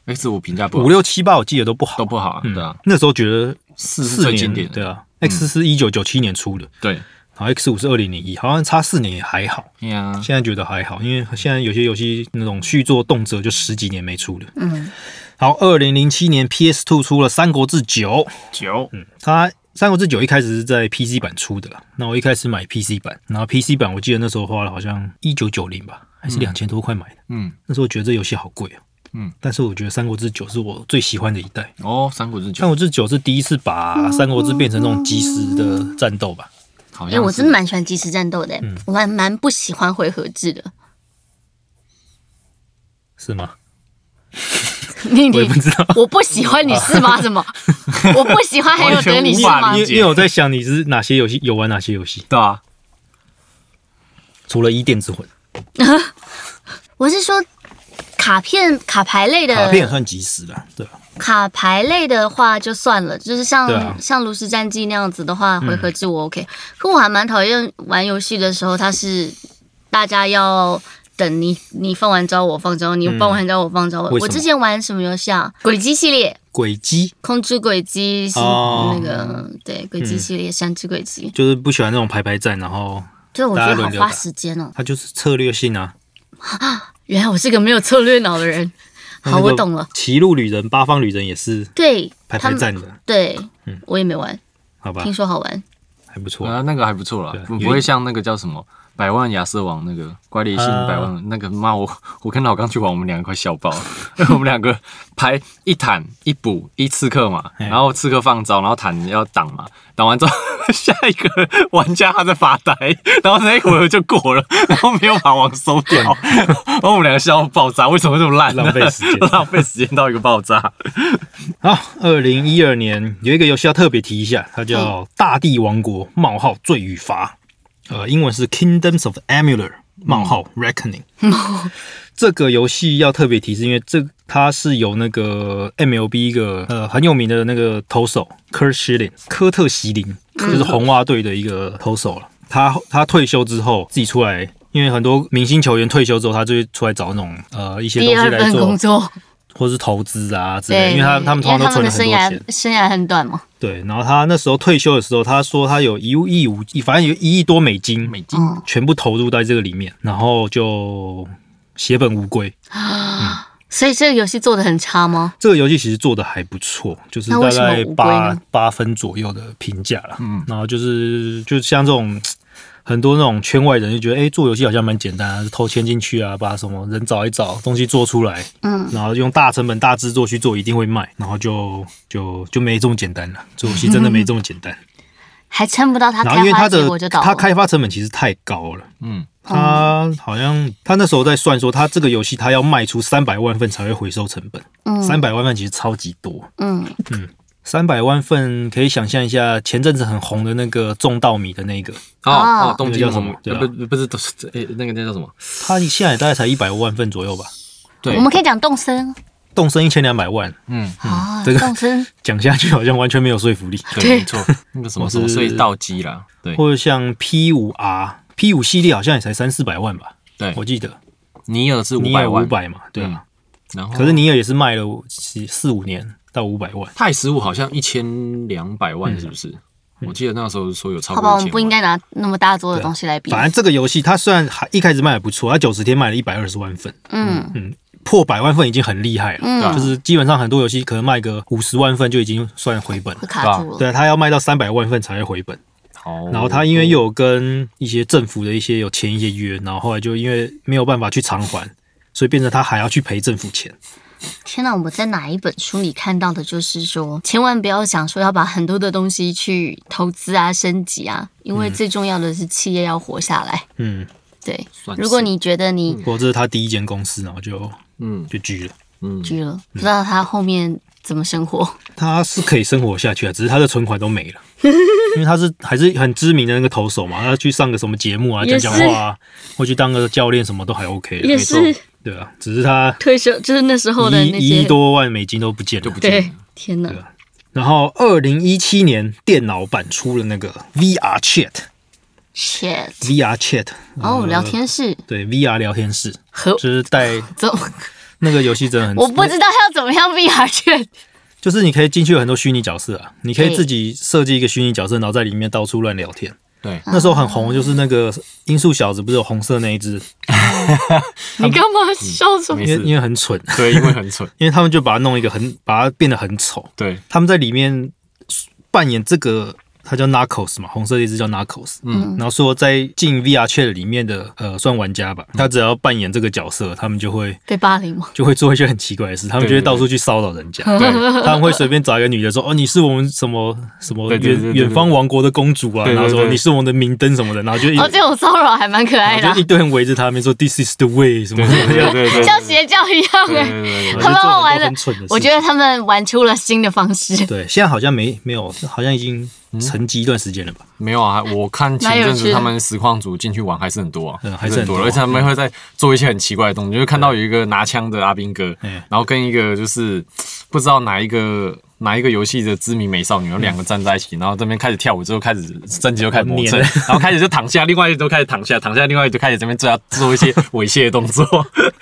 S3: X 五评价不
S1: 五
S3: 好，
S1: 六嗯七八我记得都不好
S3: 都，不好，对啊，
S1: 那时候觉得
S3: 四是
S1: 四
S3: 最经典
S1: 年，
S3: 的嗯
S1: 对啊，X 是一九九七年出的，
S3: 对，
S1: 然后 X 五是二零零一，好像差四年也还好，
S3: 哎呀，
S1: 现在觉得还好，因为现在有些游戏那种续作动辄就十几年没出了。
S2: 嗯，
S1: 好，二零零七年 PS Two 出了《三国志九》，
S3: 九，
S1: 它《三国志九》一开始是在 PC 版出的啦。那我一开始买 PC 版，然后 PC 版我记得那时候花了好像一九九零吧，还是两千多块买的。
S3: 嗯，
S1: 那时候觉得这游戏好贵哦、
S3: 嗯，
S1: 但是我觉得《三国志九》是我最喜欢的一代，
S3: 哦，三国志
S1: 《三
S3: 九，
S1: 国志九》是第一次把《三国志》变成那种即时的战斗吧。
S3: 好
S2: 因
S3: 像嗯
S2: 哎为我真的蛮喜欢即时战斗的，我还蛮不喜欢回合制的。
S1: 是吗？
S2: 你
S1: 我也不
S2: 你
S1: 知道，
S2: 我不喜欢你是吗？什么？我不喜欢还有得你是吗
S3: 啊完全无
S1: 因
S3: 法理
S1: 为
S3: 解
S1: 因为我在想你是哪些游戏有玩哪些游戏，
S3: 对啊，
S1: 除了《伊甸之魂》，
S2: 我是说卡片卡牌类的
S1: 卡片也算即时的，对吧？
S2: 卡牌类的话就算了，就是像、
S1: 对啊嗯
S2: 像炉石战记那样子的话，回合制我 OK。可我还蛮讨厌玩游戏的时候，它是大家要等你你放完招我放招，你
S1: 嗯
S2: 放完招我放招。
S1: 为什么
S2: 我之前玩什么游戏啊？轨迹系列，
S1: 轨迹
S2: 空之轨迹是
S1: 哦嗯
S2: 那个对轨迹系列，山之轨迹。
S1: 就是不喜欢那种排排站，然后
S2: 对，我
S1: 大
S2: 觉
S1: 家
S2: 得好
S1: 轮流
S2: 花
S1: 打
S2: 时间哦。
S1: 它就是策略性啊。
S2: 原来我是个没有策略脑的人。好，
S1: 那
S2: 我
S1: 个
S2: 懂了。
S1: 歧路旅人、八方旅人也是
S2: 对，
S1: 排排
S2: 他
S1: 嗯
S2: 们
S1: 站的，
S2: 对，我也没玩，
S1: 好吧
S2: 听，说好玩。
S1: 还不错。
S3: 啊，那个还不错啦
S1: 对，
S3: 不
S1: 有一
S3: 不会像那个叫什么百万亚瑟王那个乖离性
S1: 啊
S3: 百万、那个妈我我跟老刚去玩，我们两个快笑爆了， 因为我们两个排一坦一补一刺客嘛，
S1: 嘿
S3: 然后刺客放招，然后坦要挡嘛，挡完之后下一个玩家他在发呆， 然后那一回合就过了， 然后没有把王收 掉，然后我们两个笑到爆炸，为什么这么烂呢？
S1: 浪费时间
S3: 浪费时间到一个爆炸，
S1: 好，二零一二年有一个游戏要特别提一下，它叫《大地王国：冒号罪与罚》，呃，英文是《Kingdoms of Amular》冒号
S2: 嗯
S1: Reckoning。这个游戏要特别提，是因为这它是由那个 MLB 一个呃很有名的那个投手 Kurt Schilling 科特席林，
S2: 嗯
S1: 就是红袜队的一个投手了。他他退休之后自己出来，因为很多明星球员退休之后，他就会出来找那种呃一些东
S2: 第
S1: 西
S2: 二
S1: 来
S2: 份
S1: 做
S2: 工，作，
S1: 或是投资啊之类的，
S2: 对，
S1: 因为他他们通常都存了
S2: 因为他
S1: 很
S2: 们
S1: 多
S2: 的
S1: 钱
S2: 生。涯生涯很短嘛，
S1: 对，然后他那时候退休的时候，他说他有一亿五，反正有一亿多美金，
S3: 美金
S2: 嗯，
S1: 全部投入在这个里面，然后就血本无归。
S2: 所以这个游戏做的很差吗？
S1: 这个游戏其实做的还不错，就是
S2: 那
S1: 大
S2: 为什么
S1: 概
S2: 无归
S1: 八
S2: 呢
S1: 八分左右的评价了。嗯，然后就是就像这种。很多那种圈外人就觉得，哎、做游戏好像蛮简单啊，偷钱进去啊，把什么人找一找，东西做出来，
S2: 嗯，
S1: 然后用大成本、大制作去做，一定会卖，然后就就就没这么简单了。做游戏真的没这么简单。
S2: 还撑不到它
S1: 然后因为
S2: 嗯开
S1: 它
S2: 花结
S1: 的
S2: 果就倒
S1: 它
S2: 了。
S1: 开发成本其实太高了，
S3: 嗯，
S1: 它好像它那时候在算说，它这个游戏它要卖出三百万份才会回收成本，
S2: 嗯
S1: 三百万份其实超级多，
S2: 嗯，
S1: 三百万份，可以想象一下前阵子很红的那个种稻米的那个，
S3: 哦
S2: 啊
S3: 哦，东
S1: 那
S3: 京
S1: 个叫什
S3: 我
S1: 么
S3: 们
S1: 对啊
S3: 不不不是都是诶那个那叫什么？
S1: 它现在也大概才一百万份左右吧，
S3: 对啊
S2: 我，们可以讲动森
S1: 动身一千两百万，
S3: 嗯，
S2: 啊，
S1: 这个
S2: 动森
S1: 讲下去好像完全没有说服力。
S2: 对
S3: 对，没错，那个什么
S1: 我
S3: 什么
S1: 是
S3: 隧道机啦，对
S1: 或者像 P 五 R、P 五系列好像也才三四百万吧，
S3: 对，
S1: 我记得
S3: 尼尔是五
S1: 尼
S3: 百
S1: 尔五
S3: 万，
S1: 百嘛，对
S2: 嗯
S1: 啊。
S3: 然后
S1: 可是尼尔也是卖了五四四五年到五百万，
S3: 泰十五好像一千两百万，是不是？我记得那时候说有超
S2: 好吧，
S3: 过一
S2: 我们
S3: 千
S2: 不应
S3: 万。
S2: 该拿那么大桌的东西来比。
S1: 啊反正这个游戏它虽然还一开始卖的不错，它九十天卖了一百二十万份，
S2: 嗯
S1: 破百万份已经很厉害了。
S3: 对啊
S1: 就
S2: 嗯，
S1: 是基本上很多游戏可能卖个五十万份就已经算回本了
S2: 会，卡住了。
S1: 对啊，它要卖到三百万份才会回本。
S3: 哦
S1: 然后他因为又有跟一些政府的一些有签一些约，然后后来就因为没有办法去偿还，所以变成他还要去赔政府钱。
S2: 天哪，我们在哪一本书里看到的？就是说，千万不要想说要把很多的东西去投资啊、升级啊，因为最重要的是企业要活下来。
S1: 嗯，
S2: 对，
S3: 算是
S2: 如果你觉得你
S1: 不过这是他第一间公司，然后就
S3: 嗯
S1: 就拘了。
S3: 嗯
S2: 居了，不知道他后面怎么生活。
S1: 他是可以生活下去啊，只是他的存款都没了，因为他是还是很知名的那个投手嘛，他去上个什么节目啊，
S2: 也
S1: 讲
S2: 是
S1: 讲话啊，或去当个教练什么都还 OK 的，
S2: 也
S1: 没错
S2: 是
S1: 对啊，只是他
S2: 退休，就是那时候的
S1: 一
S2: 那
S1: 一亿
S2: 些。
S1: 多万美金都不见
S3: 就
S1: 了
S3: 不。见
S2: 对
S3: 了。，
S2: 天哪
S1: 对！啊然后二零一七年电脑版出了那个 VR Chat，VR
S2: shit，
S1: Chat
S2: 哦，
S1: 呃
S2: 聊天室
S1: 对 VR 聊天室，
S2: 和
S1: 就是带
S2: 怎么？
S1: 那个游戏真的很，
S2: 我不知道要怎么样 VR 去。
S1: 就是你可以进去有很多虚拟角色啊，你可以
S2: 对
S1: 自己设计一个虚拟角色，然后在里面到处乱聊天。
S3: 对，
S2: 嗯
S1: 那时候很红，就是那个音速小子，不是有红色那一只，
S2: 你干
S1: 嗯
S2: 嘛笑什么
S3: 没？
S1: 因
S3: 事
S1: 为因为很蠢，
S3: 对，因为很蠢。
S1: 因为他们就把它弄一个很，把它变得很丑。
S3: 对，
S1: 他们在里面扮演这个，他叫 Narcos 嘛，红色的一只叫 Narcos。
S3: 嗯
S1: 然后说在进 VR Chat 里面的呃算玩家吧，
S3: 嗯
S1: 他只要扮演这个角色，他们就会
S2: 被霸凌吗？
S1: 就会做一些很奇怪的事，他们就会
S3: 对对对
S1: 到处去骚扰人家。
S3: 对，
S1: 他们会随便找一个女的说：“哦，你是我们什么什么
S3: 对对对
S1: 远
S3: 对对
S1: 远方王国的公主啊。”
S3: 对对对
S1: 然后说：“你是我们的明灯什么的。”然后就一
S2: 哦，这种骚扰还蛮可爱的
S1: 然
S2: 啊
S1: 后就一，堆人围着他们说：“This is the way 什么
S3: 对
S1: 什么
S3: 对
S1: 的。
S3: 对 对对，
S2: 像邪教一样
S3: 对
S2: 哎、
S3: 对对
S1: 然
S3: 对
S1: 后就做很多
S2: 他们好玩的
S1: 很蠢的事情。
S2: 我觉得他们玩出了新的方式，
S1: 对，现在好像没没有，好像已经
S3: 嗯
S1: 沉寂一段时间了吧？
S3: 没有啊，我看前阵子他们实况组进去玩还是很多啊，
S1: 嗯还是很多
S3: 了而且他们会在做一些很奇怪的动作，就是看到有一个拿枪的阿兵哥，
S1: 嗯
S3: 然后跟一个就是不知道哪一个哪一个游戏的知名美少
S1: 嗯
S3: 女，有两个站在一起，然后这边开始跳舞之后开始身体就开始磨蹭，
S1: 黏
S3: 然后开始就躺下，另外一个都开始躺下，躺下另外一个就开始这边做要做一些猥亵的动 作，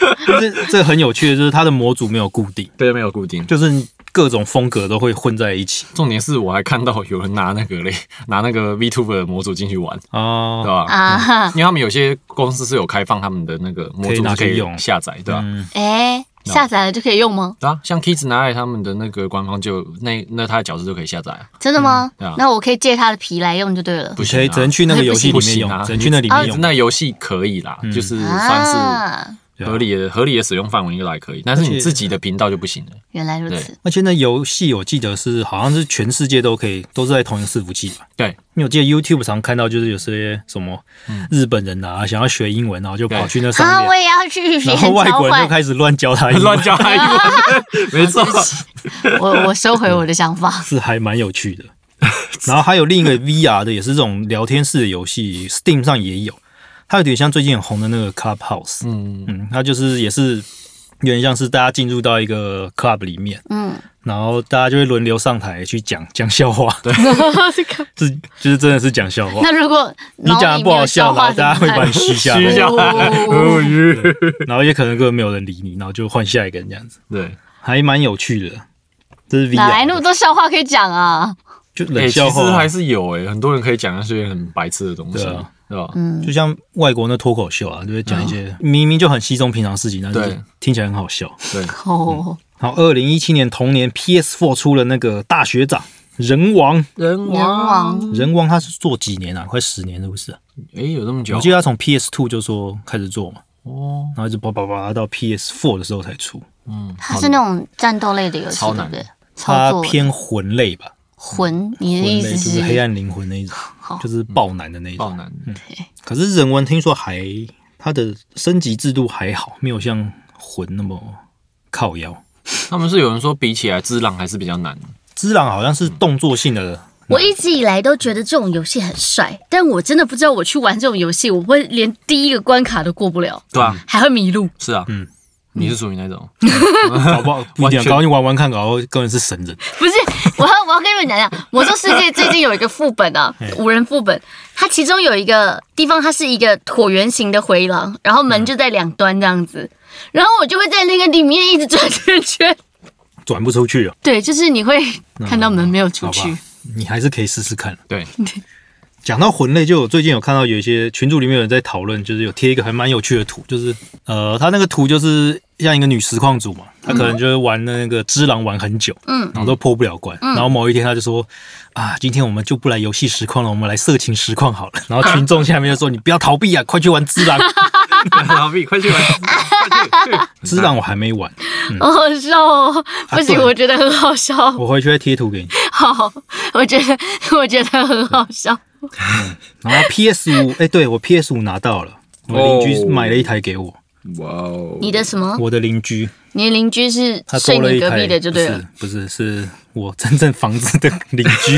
S1: 这这很有趣的就是它的模组没有固定，
S3: 对，没有固定。
S1: 就是各种风格都会混在一起
S3: 重点是我还看到有人拿那个嘞，拿那个 VTuber 的模组进去玩，
S1: 哦
S3: 对。吧？
S2: 啊哈，
S3: 因为他们有些公司是有开放他们的那个模
S1: 可以
S3: 组
S1: 拿
S3: 是
S1: 去
S3: 可以
S1: 用
S3: 下载，对吧、
S1: 嗯，
S2: 哎、下载了就可以用吗？
S3: 对啊，像 Kids 拿来他们的那个官方就那那他的角色就可以下载啊，
S2: 真的吗？
S3: 嗯对啊
S2: 那我可以借他的皮来用就对了
S3: 不。
S1: 你
S3: 行
S1: 可
S3: 啊
S1: 以只能去那个游戏里面用，
S3: 不行啊
S1: 只能去那里面用。嗯
S3: 那游戏可以啦，就是算
S2: 啊，
S1: 对
S3: 是
S1: 啊
S3: 合理的合理的使用范围应该还可以，但是
S1: 而且
S3: 你自己的频道就不行了。
S2: 原来如此。
S1: 而且那游戏我记得是好像是全世界都可以，都是在同一个伺服器吧。
S3: 对，
S1: 因为我记得 YouTube 常看到就是有些什么
S3: 嗯
S1: 日本人啊，想要学英文，然后就跑去那
S2: 啊，
S1: 上
S2: 我
S1: 面，
S2: 也要去学
S1: 然后外
S2: 交
S1: 国人就
S2: 换。
S1: 开始乱教他英
S3: 乱
S1: 文，
S3: 加英 文，没错，
S2: 我我收回我的想法。
S1: 是还蛮有趣的。然后还有另一 个 VR 的，也是这种聊天式的游戏，Steam 上也有，它有点像最近很红的那个 Clubhouse，
S3: 嗯，
S1: 嗯，它就是也是有点像是大家进入到一个 club 里面，
S2: 嗯，
S1: 然后大家就会轮流上台去讲讲笑话，对， 是就是真的是讲笑话。
S2: 那如果
S1: 你
S2: 脑
S1: 讲的
S2: 里没
S1: 不
S2: 有
S1: 好
S2: 消
S1: 笑
S2: 化
S1: 啦，
S2: 怎
S1: 大家会
S2: 么
S1: 把
S2: 办
S1: 你？ 虚 下
S3: 虚
S1: 来，
S3: 下来，
S2: 哦
S1: 然后也可能根本没有人理你，然后就换下一个人这样子，
S3: 对，
S1: 还蛮有趣的。这是
S2: 哪来
S1: VR，
S2: 那么多笑话可以讲啊？
S1: 就
S3: 哎，
S1: 冷
S3: 其
S1: 笑
S3: 实
S1: 话啊，
S3: 还是有哎，很多人可以讲那些很白痴的东西
S1: 对啊，
S3: 对吧？
S1: 就像外国那脱口秀啊，就会讲一些明明就很稀松平常的事情，但是
S3: 嗯对
S1: 听起来很好笑。
S3: 对，
S2: 哦，
S1: 然后二零一七年同年，PS4 出了那个大学长人王，
S3: 人
S2: 人王，
S1: 人王他是做几年啊？快十年是不是啊？
S3: 哎，嗯有这么久
S1: 我记得他从 PS2 就说开始做嘛，
S3: 哦，
S1: 然后一直叭叭叭到 PS4 的时候才出，
S3: 嗯，
S2: 它是那种战斗类的游戏，
S3: 超
S2: 对
S3: 难
S2: 不对？操
S1: 它
S2: 作
S1: 偏魂类吧，
S2: 魂，你
S1: 魂
S2: 的
S1: 类
S2: 意思
S1: 就是是黑暗灵魂那一种
S2: 好，
S1: 就是爆男的那一
S3: 爆
S1: 种。
S3: 男，
S1: 可是人文听说还它的升级制度还好，没有像魂那么靠腰。
S3: 他们是有人说比起来，智浪还是比较难，
S1: 之朗好像是动作性的，
S2: 我一直以来都觉得这种游戏很帅，但我真的不知道我去玩这种游戏，我会连第一个关卡都过不了，
S3: 对
S1: 嗯
S3: 啊，
S2: 还会迷路。
S3: 是啊，嗯，你是属于那种，
S1: 搞不好一
S3: 完
S1: 点，
S3: 全
S1: 搞你玩玩看，搞到根本是神人。
S2: 不是，我要我要跟你们讲讲， 《魔兽世界》最近有一个副本 啊，五人副本，它其中有一个地方，它是一个椭圆形的回廊，然后门就在两端这样子，然后我就会在那个里面一直转圈圈。
S1: 转不出去了， 啊
S2: 对，就是你会看到门没有出
S1: 好
S2: 去
S1: 吧，，你还是可以试试看。
S3: 对，
S1: 讲到魂类，就我最近有看到有一些群组里面有人在讨论，就是有贴一个还蛮有趣的图，就是呃，他那个图就是像一个女实况组嘛，她可能就是玩那个只狼玩很久，
S2: 嗯，
S1: 然后都破不了关，然后某一天他就说啊，今天我们就不来游戏实况了，我们来色情实况好了。 然后群众下面就说你不要逃避啊，快去玩只狼，
S3: 逃避，快 去玩，快去，
S1: 只狼我还没玩，
S2: 好好笑哦！不行，
S1: 对
S2: 我觉得很好笑。
S1: 我回去会贴图给你。
S2: 好，我觉得 我觉得很好笑。
S1: 然后 PS 五，哎，对我 PS 五拿到了，我邻居
S3: 哦
S1: 买了一台给我，
S3: 哇哦，
S2: 你的什么？
S1: 我的邻居。
S2: 你的邻居是
S1: 他
S2: 睡
S1: 收了
S2: 你
S1: 一
S2: 隔
S1: 台，
S2: 壁的就对了。
S1: 不是，不是，是我真正房子的邻 居，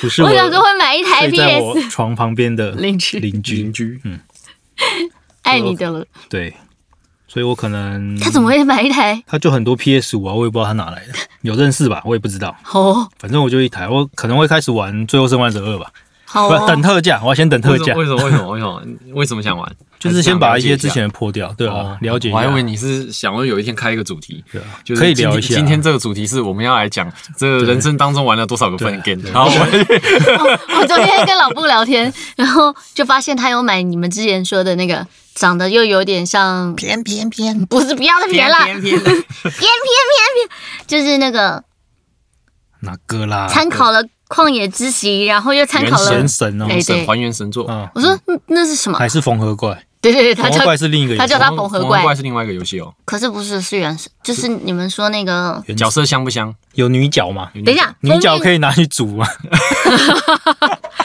S1: 不是
S2: 我
S1: 我
S2: 想说会买一台
S1: 睡在
S2: PS，
S1: 我床旁边的
S2: 邻居
S1: 邻居
S3: 邻，居，
S1: 嗯
S2: 爱哎你的了。
S1: 对，所以我可能
S2: 他怎么会买一台？
S1: 他就很多 PS 五啊，我也不知道他哪来的，有认识吧，我也不知道，
S2: 哦，
S1: 反正我就一台，我可能会开始玩《最后生还者二》吧，
S2: 好
S1: 不
S2: 哦，
S1: 等特价，我要先等特
S3: 为什
S1: 价
S3: 么，为什么为什么为什么为什么想玩？
S1: 就是先把一些之
S3: 前。
S1: 前的破掉，对
S2: 哦
S1: 啊，了解一
S3: 我还以为
S1: 下，
S3: 你是想要有一天开一个主题，
S1: 对啊
S3: 就是
S1: 可以
S3: 今
S1: 聊一下
S3: 今天这个主题是我们要来讲这个人生当中玩了多少个
S1: 啊
S3: 分 game，然后我们
S2: 我昨天跟老布聊天，然后就发现他有买你们之前说的那个，长得又有点像偏偏偏，不是不要的偏啦， 偏偏偏偏偏，啊就是那个
S1: 哪个啦？
S2: 参考了《旷野之息》，然后又参考了
S1: 原。神哦，
S2: 哎对
S3: 神还原神作，
S1: 啊，
S2: 我说嗯那是什么？
S1: 还是缝合怪，
S2: 对对对，他
S1: 缝
S2: 叫
S1: 合怪是另一个
S2: 他
S1: 游戏
S2: 叫，它缝合
S3: 缝
S2: 怪
S3: 合怪是另外一个游戏哦，
S2: 可是不是是原始，就是你们说那个，
S1: 原
S3: 角色香不香？
S1: 有女角嘛？
S2: 等一下，
S1: 女角可
S2: 以
S1: 以拿去煮吗？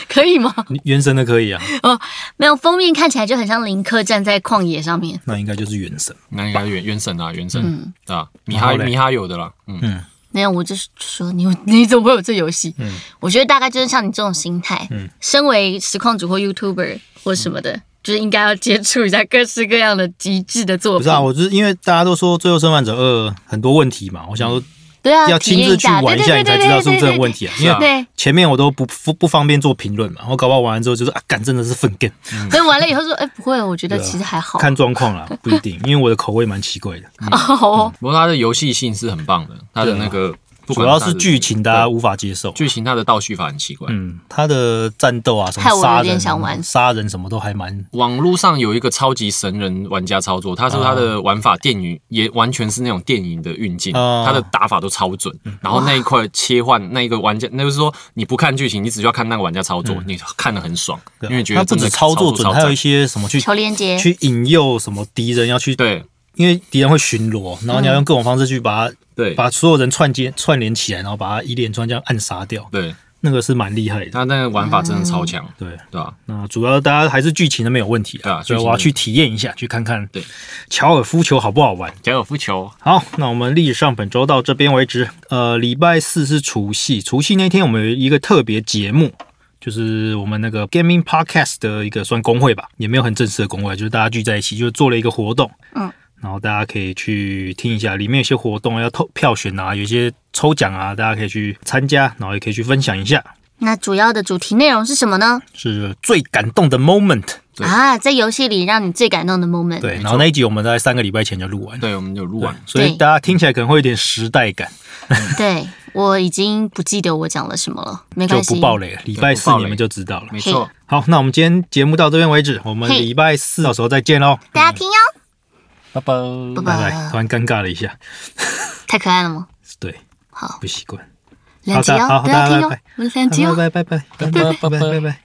S2: 可以吗？
S1: 你原神的可以啊，
S2: 没有封面看起来就很像林克站在旷野上面，
S1: 那应该就是原神。
S3: 那应该是原原神啊，原神对吧？米
S1: 然
S3: 哈
S1: 后嘞
S3: 米哈游的啦，嗯，
S2: 没有，我就是说你 你怎么会有这游戏？
S1: 嗯
S2: 我觉得大概就是像你这种心态，身为实况主或 YouTuber 或什么的，
S1: 嗯
S2: 就是应该要接触一下各式各样的极致的作
S1: 不
S2: 品。
S1: 是啊，我就是因为大家都说《最后生还者二》很多问题嘛，我想说
S2: 对啊，
S1: 要亲自去玩一下，
S2: 体验
S1: 你才
S2: 对对
S1: 知道是不是真的有问
S2: 对
S1: 题啊。
S3: 对
S1: 因
S3: 对对对对
S1: 为
S2: 对，
S1: 前面我都不不不方便做评论嘛，我搞不好玩完之后就是啊，干真的是粪 game，
S2: 所以完了以后说，哎，不会，我觉得
S1: 对啊
S2: 其实还好。
S1: 看状况啦，不一定，因为我的口味蛮奇怪的，嗯
S2: 哦，
S3: 不过它的游戏性是很棒的，它的那个
S1: 啊主
S3: 不管
S1: 要
S3: 它的
S1: 是剧情大家无法接受
S3: 对。剧情它的倒叙法很奇怪。
S1: 嗯，他的战斗啊，什
S2: 害我
S1: 么
S2: 有
S1: 杀
S2: 点
S1: 人、
S2: 想玩
S1: 杀人什么都还蛮
S3: 网络上有一个超级神人玩家操作，他说他
S1: 啊
S3: 的玩法电影也完全是那种电影的运镜，
S1: 哦
S3: 他的打法都超准。
S1: 嗯
S3: 然后那一块切换那一个玩家，那就是说你不看剧情，你只需要看那个玩家操
S1: 嗯
S3: 作，你看得很爽，因为觉
S1: 啊他
S3: 得
S1: 不
S3: 真
S1: 止
S3: 的
S1: 操作准，
S3: 超
S1: 还有一
S3: 赞。
S1: 些什么去
S2: 求连接，
S1: 去引诱什么敌人要去，
S3: 对
S1: 因为敌人会巡逻，然后你要
S3: 嗯
S1: 用各种方式去把它
S3: 对
S1: 把所有人串接串联起来，然后把它一连串这样暗杀掉，
S3: 对，
S1: 那个是蛮厉害的。
S3: 他那个玩法真的超强，
S1: 对，
S3: 对啊吧？
S1: 那主要大家还是剧情都没有问题
S3: 对啊
S1: 啊，所以
S3: 剧情
S1: 我要去体验一下，去看看
S3: 对
S1: 乔尔夫球好不好玩。
S3: 高尔夫球
S1: 好，那我们历史上本周到这边为止。呃，礼拜四是除夕，除夕那天我们有一个特别节目，就是我们那个 Gaming Podcast 的一个算工会吧，也没有很正式的工会，就是大家聚在一起，就是做了一个活动。
S2: 嗯。
S1: 然后大家可以去听一下，里面有些活动要投票选啊，有一些抽奖啊，大家可以去参加，然后也可以去分享一下，
S2: 那主要的主题内容是什么呢？
S1: 是最感动的 moment。
S3: 对
S2: 啊，在游戏里让你最感动的 moment。
S1: 对，然后那一集我们大概三个礼拜前就录完，
S3: 对，我们有录完，
S1: 所以
S2: 对
S1: 大家听起来可能会有点时代感，
S2: 对我已经不记得我讲了什么了，没
S1: 就
S2: 关系，
S1: 不爆雷了。礼拜四你们就知道了。
S3: 没错。
S1: 好，那我们今天节目到这边为止，我们
S2: 嘿
S1: 礼拜四到时候再见喽，
S2: 大家听哟，
S3: 拜拜。
S2: 拜
S1: 嗯拜拜。突
S2: 拜。
S1: 然尴尬了一下，
S2: 太可爱了吗？
S1: 对，
S2: 好
S1: 不习惯。
S2: 两集哦，
S1: 好的好
S2: 大家听
S1: 好
S2: 哦
S1: 拜拜，
S2: 我们两集哦。
S1: 拜拜拜拜拜拜拜拜拜拜。